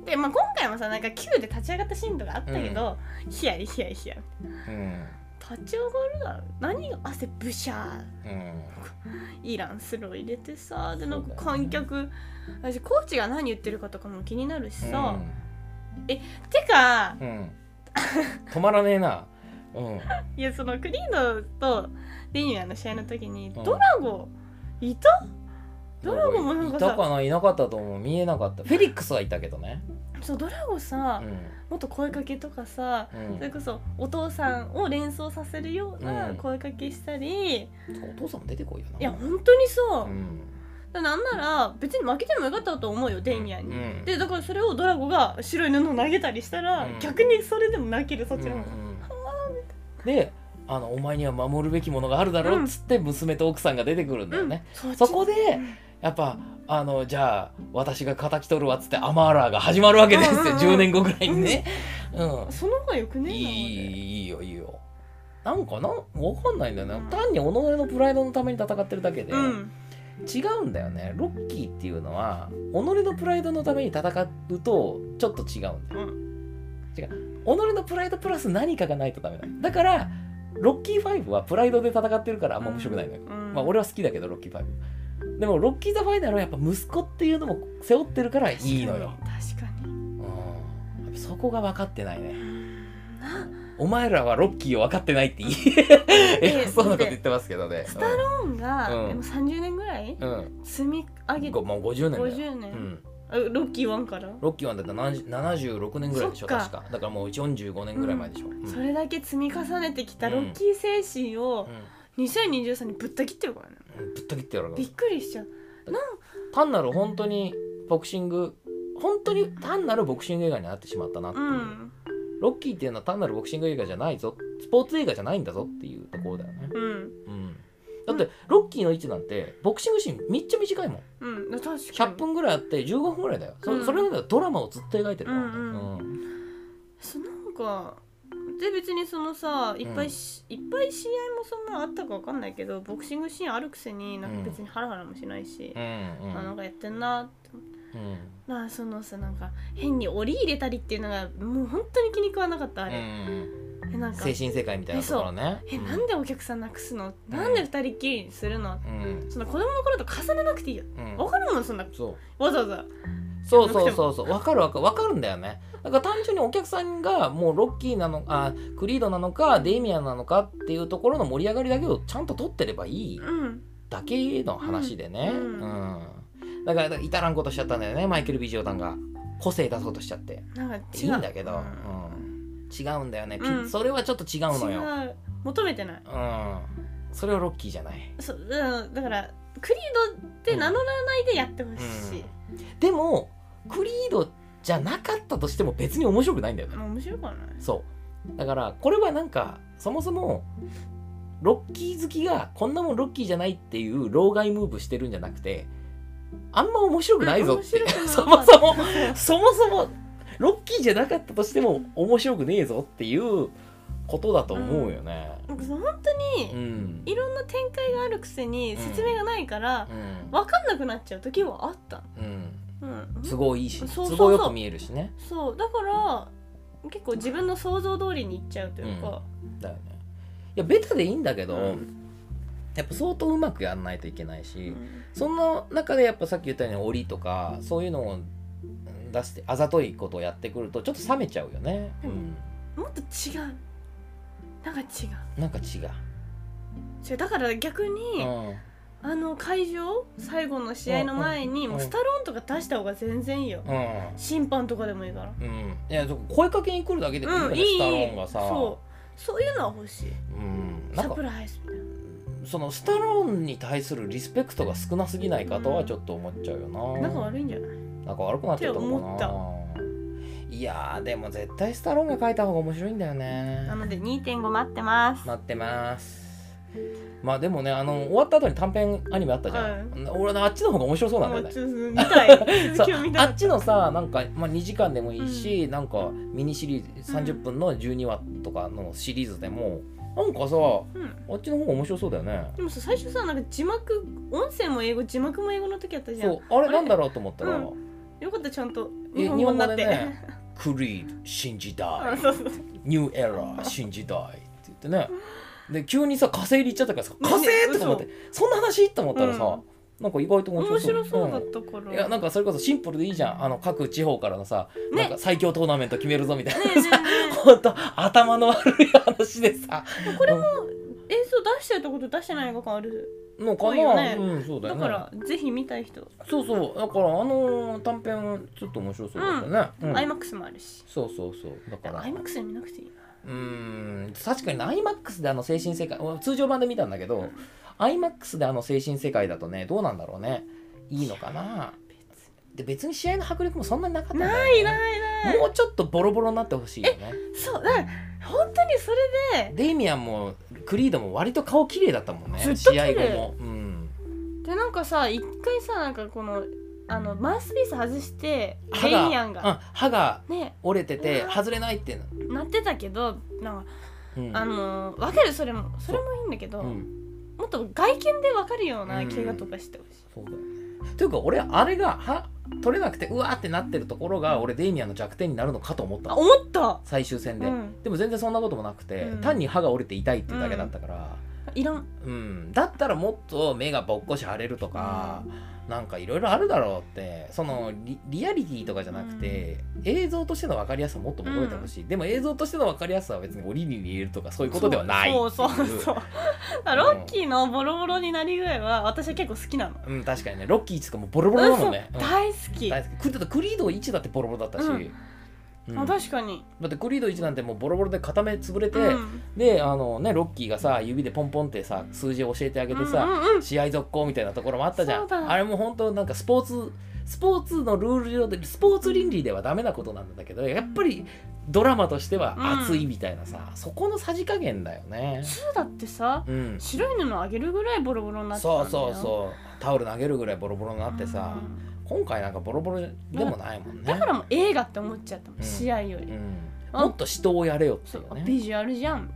S2: で、まあ、今回もさなんか Q で立ち上がったシーンとかあったけど、ヒヤリヒヤリヒヤリ
S1: うん
S2: 立ち上がるだろ何が汗ブシャー
S1: うん
S2: イランスロー入れてさでなんか
S1: そうだよね
S2: 観客、私コーチが何言ってるかとかも気になるしさ、
S1: うん
S2: てか
S1: うん、止まらねえな。うん、
S2: いやそのクリードとデニアの試合の時に、
S1: うん
S2: ドラゴンいたドラゴンもなんかさ
S1: いたかないなかったと思う見えなかったフェリックスはいたけどね、
S2: そうドラゴン
S1: う
S2: さ、
S1: ん
S2: もっと声かけとかさそれ
S1: う
S2: こそお父さんを連想させるよ
S1: う
S2: うなん声かけしたり、
S1: ん、お父さんも出てこいよない
S2: や本当にそうう、
S1: ん
S2: だからなんなら別に負けてもよかったと思うよデニアに、
S1: うん
S2: でだからそれをドラゴが白い布を投げたりしたら、
S1: うん
S2: 逆にそれでも泣けるそっち
S1: う
S2: の
S1: んう
S2: 方が、
S1: んであの「お前には守るべきものがあるだろ」っつって娘と奥さんが出てくるんだよね、
S2: うん
S1: そこでやっぱあのじゃあ私が敵取るわっつってアマーラーが始まるわけですよ、
S2: うんうんうん
S1: 10年後ぐらいにね、うん、
S2: その方がよくね
S1: いいい
S2: い
S1: いいいよいいよなんかなんわかんないんだよね、
S2: うん
S1: 単に己のプライドのために戦ってるだけで、
S2: うん
S1: 違うんだよねロッキーっていうのは己のプライドのために戦うとちょっと違うんだよ
S2: うん
S1: 己のプライドプラス何かがないとダメだだからロッキー5はプライドで戦ってるからあんま面白くないのよ、
S2: うん
S1: まあ俺は好きだけどロッキー5でもロッキー・ザ・ファイナルはやっぱ息子っていうのも背負ってるからいいのよ、
S2: 確かに
S1: うん、やっぱそこが分かってないね
S2: うんな
S1: お前らはロッキーを分かってないって言え偉そうなこと言ってますけどね。
S2: スタローンが、
S1: うん
S2: でも30年ぐらい
S1: うん、
S2: 積み上
S1: うん
S2: げ
S1: ご
S2: て
S1: もう50年だよ。
S2: 50年
S1: うん、
S2: あロッキー1から、
S1: ロッキーはだって76年ぐらいでしょ、
S2: そっか
S1: 確か。だからもう45年ぐらい前でしょ。うん
S2: それだけ積み重ねてきたロッキー精神を2023にぶった切ってるからね
S1: うんうんぶった切ってやるか
S2: び
S1: ら
S2: っ。くりしちゃう
S1: 単なる本当にボクシング、本当に単なるボクシング映画になってしまったなって
S2: う
S1: いう。
S2: ん
S1: ロッキーっていうのは単なるボクシング映画じゃないぞ、スポーツ映画じゃないんだぞっていうところだよね。
S2: うん
S1: うん、だって、ロッキーの位置なんて、ボクシングシーンめっちゃ短いもん。
S2: うん確かに
S1: 100分ぐらいあって15分ぐらいだよ、そ
S2: うん
S1: それなんだよドラマをずっと描いてるからね、
S2: うんうんそうなんかで別にそのさいっぱいし、いっぱい試合もそんなあったかわかんないけどボクシングシーンあるくせになんか別にハラハラもしないし、
S1: うんうん
S2: あなんかやってんなって
S1: うん
S2: まあそのさなんか変に折り入れたりっていうのがもう本当に気に食わなかったあ
S1: うんう
S2: れ、
S1: ん
S2: えなんか
S1: 精神世界みたいなところね
S2: えなんでお客さんなくすの、
S1: ん
S2: なんで二人っきりにするの
S1: うんうん
S2: その子供の頃と重ねなくていいよ
S1: うん
S2: わかるもんそんな
S1: そう
S2: わざわざ
S1: そうそうそうそう分かる分かる分かるんだよねだから単純にお客さんがもうロッキーなのあクリードなのかデイミアンなのかっていうところの盛り上がりだけをちゃんと取ってればいい
S2: うん
S1: だけの話でね、う
S2: うんん
S1: だから至らんことしちゃったんだよねマイケル・ビジョータンが個性出そうとしちゃって
S2: なんか違う
S1: いいんだけど、
S2: うん
S1: うん違うんだよね、ピ
S2: うん
S1: それはちょっと違うのよ、
S2: 違う求めてな
S1: う
S2: い
S1: ん、それはロッキーじゃない、
S2: そううんだからクリードって名乗らないでやってほしい、
S1: うんでもクリードじゃなかったとしても別に面白くないんだよね、
S2: まあ面白くはない
S1: そうだからこれはなんかそもそもロッキー好きがこんなもんロッキーじゃないっていう老害ムーブしてるんじゃなくてあんま面白くないぞって、
S2: うん面白くない
S1: そもそもそもそもロッキーじゃなかったとしても面白くねえぞっていうことだと思うよね。
S2: なんかその本当
S1: う
S2: に
S1: ん
S2: いろんな展開があるくせに
S1: うん
S2: 説明がないから
S1: うん
S2: 分かんなくなっちゃう時はあった、
S1: うん
S2: うん、
S1: 都合いいし
S2: そうそうそ
S1: 都
S2: う
S1: 合よく見えるしね。
S2: そうだから結構自分の想像通りにいっちゃうというか、
S1: だよね。いやベタでいいんだけど、
S2: うん
S1: やっぱ相当うまくやんないといけないうし、
S2: ん
S1: そんな中でやっぱさっき言ったように檻とかそういうのをうん出してあざといことをやってくるとちょっと冷めちゃうよね。う
S2: うん
S1: ん、
S2: もっと違うなんか違
S1: なんか違う。
S2: う違うだから逆
S1: う
S2: に、
S1: ん
S2: あの会場最後の試合の前に、
S1: うん
S2: もうスタローンとか出した方が全然いいよ、
S1: うん
S2: 審判とかでもいいから
S1: うん、いやそこ声かけに来るだけでもいいよね、
S2: うんいい
S1: スタローンがさ
S2: そうそういうのは欲しい
S1: うんな
S2: サ
S1: んか
S2: プライズみたいな
S1: そのスタローンに対するリスペクトが少なすぎないかとはちょっと思っちゃうよな
S2: 仲悪いんじゃない
S1: なんか悪くなっちゃったの
S2: っ
S1: か
S2: て
S1: ないやーでも絶対スタローンが書いた方が面白いんだよね
S2: なので2.5待ってます
S1: 待ってますまあでもねあの終わった後に短編アニメあったじゃん、俺のあっちの方が面白そうなんだよね
S2: もうちょっと見たい
S1: そ
S2: 続
S1: う
S2: きを見
S1: あ
S2: たか
S1: っ
S2: った
S1: ちのさなんか、まあ、2時間でもいいし、なんかミニシリーズ30分の12話とかのシリーズでも、なんかさあ
S2: うん
S1: っちの方が面白そうだよね
S2: でもさ最初さなんか字幕音声も英語字幕も英語の時やったじゃん
S1: そうあれ
S2: あれ
S1: なんだろうと思ったら、
S2: うよかったちゃんと
S1: え
S2: 日本語になって、
S1: 日本語で ねクリード信じた
S2: あ
S1: い
S2: そうそう
S1: ニューエラー信じたいって言ってねで急にさ火星に行っちゃったからさ火星とか思ってそんな話と思ったらさ、
S2: うん
S1: なんか意外と面白
S2: 面
S1: そう
S2: 白そうだ
S1: ん
S2: ったから、
S1: いやなんかそれこそシンプルでいいじゃんあの各地方からのさ、
S2: ね
S1: なんか最強トーナメント決めるぞみたいな、
S2: ねえねえね
S1: ほんと頭の悪い話でさ
S2: えこれも映像出してたこと出してない映画館ある
S1: のか
S2: そ
S1: な
S2: うよね
S1: うんそうだ
S2: だ
S1: よね
S2: からぜひ見たい人、
S1: そうそうだからあのー短編ちょっと面白そうだったね、うん
S2: IMAX もあるし
S1: そうそうそうだから
S2: IMAX で見なくていいな
S1: うーん確かにね IMAX であの精神世界お通常版で見たんだけど IMAX であの精神世界だとねどうなんだろうねいいのかなで別に試合の迫力もそんなになかったんだよ
S2: ないないない
S1: もうちょっとボロボロになってほしいよね
S2: そうだから本当にそれで
S1: デイミアンもクリードも割と顔綺麗だったもんね
S2: ずっと綺
S1: 試合
S2: 麗
S1: 後も、うん、
S2: でなんかさ一回さなんかこのあのマウスピース外して
S1: 歯
S2: レ
S1: が
S2: イヤン
S1: うん
S2: が、
S1: 歯が
S2: ね
S1: 折れてて
S2: うわ
S1: 外れないっていうの、
S2: なってたけどなんか、
S1: うん
S2: あの分かるそれもそれもいいんだけど、
S1: うん、
S2: もっと外見で分かるような怪我とかしてほしい、
S1: そうだよねというか俺あれが歯取れなくてうわーってなってるところが俺デイミアンの弱点になるのかと思った
S2: あ
S1: の
S2: 思った
S1: 最終戦で、
S2: うん
S1: でも全然そんなこともなくて、
S2: うん
S1: 単に歯が折れて痛いっていうだけだったから、
S2: いらん
S1: うんだったらもっと目がぼっこし腫れるとか、なんかいろいろあるだろうってそのリリアリティとかじゃなくて、映像としての分かりやすさもっと覚えてほしい、でも映像としての分かりやすさは別に折に入れるとかそういうことではない
S2: そうそうそう
S1: ってい
S2: そうあロッキーのボロボロになり具合は私は結構好きなの、
S1: うん、確かにねロッキーとかもボロボロだもんね、うん
S2: 大好き、
S1: 大好きだってクリード1だってボロボロだったし、
S2: うん
S1: うん
S2: あ
S1: だ
S2: 確かに
S1: ってクリード1なんてもうボロボロで片目潰れて、
S2: うん
S1: であのねロッキーがさ指でポンポンってさ数字を教えてあげてさ、
S2: うんうんうん
S1: 試合続行みたいなところもあったじゃ
S2: そうんだ
S1: あれも本当なんかスポーツスポーツのルール上でスポーツ倫理ではダメなことなんだけどやっぱりドラマとしては熱いみたいなさ、そこのさじ加減だよね。
S2: ツーだってさ
S1: うん、
S2: 白い布あげるぐらいボロボロになってたんだ
S1: そ
S2: よ
S1: うそうそうタオル投げるぐらいボロボロになってさ、
S2: うん
S1: 今回なんかボロボロでもないもんね。
S2: だからもう映画って思っちゃったもん、
S1: うん
S2: 試合より、
S1: うん、もっと死闘をやれよって
S2: そ
S1: いううね。
S2: ビジュアルじゃん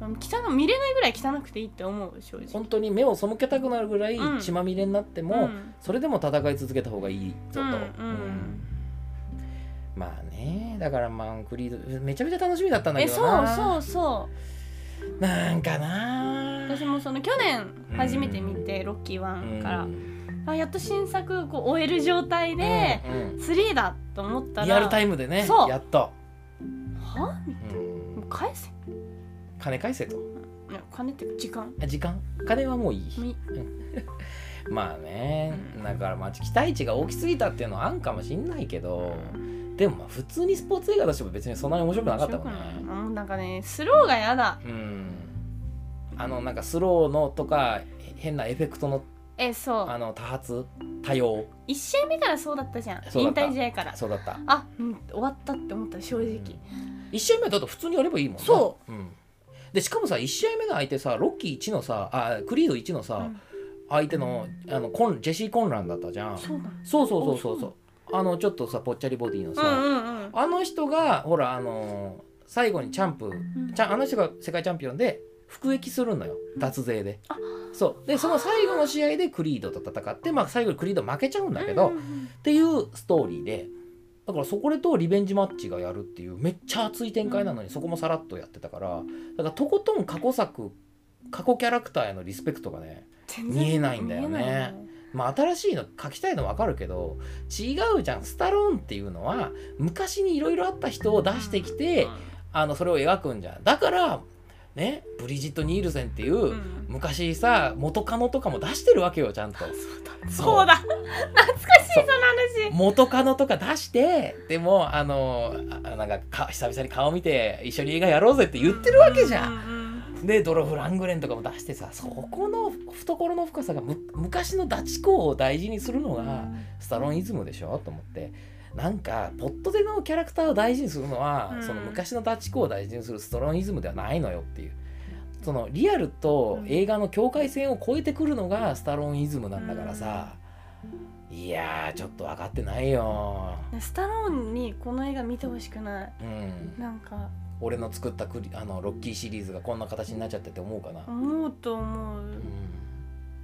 S1: うんうん
S2: 汚見れないぐらい汚くていいって思う正直
S1: 本当に目を背けたくなるぐらい
S2: うん
S1: 血まみれになっても、
S2: うん
S1: それでも戦い続けた方がいいぞと、
S2: うんうん
S1: まあねだからまあクリードめちゃめちゃ楽しみだったんだ
S2: え
S1: けど
S2: そう
S1: な
S2: そうそう
S1: なんかな
S2: 私もその去年初めて見て、ロッキー1から、
S1: うん
S2: あやっと新作をこう終える状態で、
S1: うんうん
S2: 3だと思ったら
S1: リアルタイムでね
S2: そう
S1: やっと、
S2: は
S1: うん
S2: もう返せ
S1: 金返せと
S2: いや金っていうか時間
S1: あ時間金はもういい
S2: み
S1: まあね、
S2: うん
S1: だからまあ期待値が大きすぎたっていうのはあんかもしんないけど、でもまあ普通にスポーツ映画としても別にそんなに面白くなかったもんね
S2: 面白くないもうなんかねスローがやだ
S1: うんあのなんかスローのとかへ変なエフェクトの
S2: えそう
S1: あの多発多様
S2: 1試合目からそうだったじゃん
S1: そうだ
S2: 引
S1: った
S2: 退試合から
S1: そうだった
S2: あ、うん、終わったって思った正直、
S1: 1試合目だと普通にやればいいもんね、
S2: そう
S1: ん、でしかもさ1試合目の相手さロッキー1のさあクリード1のさ、
S2: うん
S1: 相手のあのコンジェシー・コンランだったじゃん
S2: そうなの
S1: そうそうそうそう
S2: あそうな
S1: そうあのちょっとさぽっちゃりボディのさ、
S2: うんうんうん
S1: あの人がほらあのー最後にチャンプ
S2: ん
S1: ちゃんあの人が世界チャンピオンで服役するのよ脱税で
S2: あ。
S1: そうでその最後の試合でクリードと戦って、まあ、最後にクリード負けちゃうんだけど、
S2: うん
S1: っ
S2: うん
S1: ていうストーリーでだからそこでとリベンジマッチがやるっていうめっちゃ熱い展開なのにそこもさらっとやってたからだからとことん過去作過去キャラクターへのリスペクトがね
S2: 全然
S1: 見えないんだよね
S2: 見えない
S1: まあ、新しいの書きたいの分かるけど違うじゃんスタローンっていうのは昔にいろいろあった人を出してきて、
S2: うん
S1: あのそれを描くんじゃんだからねブリジット・ニールセンっていう、
S2: うん
S1: 昔さ元カノとかも出してるわけよちゃんと
S2: そうだ懐かしいその話
S1: 元カノとか出してでもあのあなんかか久々に顔見て一緒に映画やろうぜって言ってるわけじゃん。
S2: ん
S1: でドロフ・ラングレンとかも出してさそこの懐の深さがむ昔のダチ公を大事にするのがスタローンイズムでしょと思ってなんかポットでのキャラクターを大事にするのは、
S2: うん
S1: その昔のダチ公を大事にするスタローンイズムではないのよっていう。そのリアルと映画の境界線を越えてくるのがスタローンイズムなんだからさ、いやーちょっと分かってないよ
S2: スタローンにこの映画見てほしくない
S1: うん、
S2: なんか
S1: 俺の作ったクリあのロッキーシリーズがこんな形になっちゃってって思うかな、
S2: 思うと思う
S1: う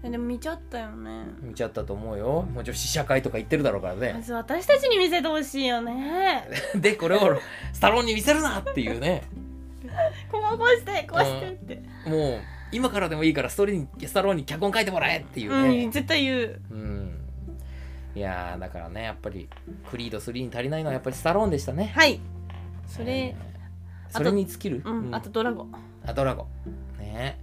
S2: えでも見ちゃったよね
S1: ん、見ちゃったと思うよもう女子社会とか言ってるだろうから
S2: ま
S1: ね
S2: ず私たちに見せてほしいよね
S1: でこれをスタローンに見せるなっていうね
S2: こうこうしてこうしてって、、
S1: もう今からでもいいからストーリーにスタローンに脚本書いてもらえっていううんね、
S2: 絶対言う
S1: うんいやーだからねやっぱりクリード3に足りないのはやっぱりスタローンでしたね
S2: はいそれ
S1: え、ーそれに尽きる
S2: うんあとドラゴン
S1: あドラゴンね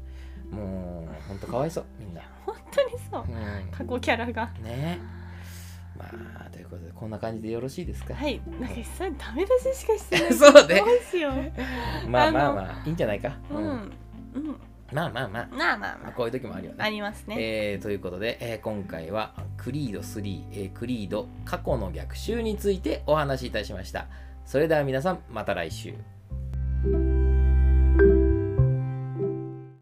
S1: もうほんとかわいそうみんな、
S2: 本当にそう
S1: うん
S2: 過去キャラが
S1: ねまあということでこんな感じでよろしいですか、
S2: はいなんか一切ダメ出ししかしてな い
S1: そうね
S2: どうしよう
S1: まあまあ
S2: あの
S1: まあいいんじゃないか、
S2: う
S1: うん
S2: んうん
S1: まあまあまあ、
S2: まあまあ
S1: まあ、
S2: ま
S1: こういう時もあるよ
S2: ああ
S1: ね、
S2: りますね
S1: えーということで、えー今回はクリード3、えークリード過去の逆襲についてお話しいたしましたそれでは皆さんまた来週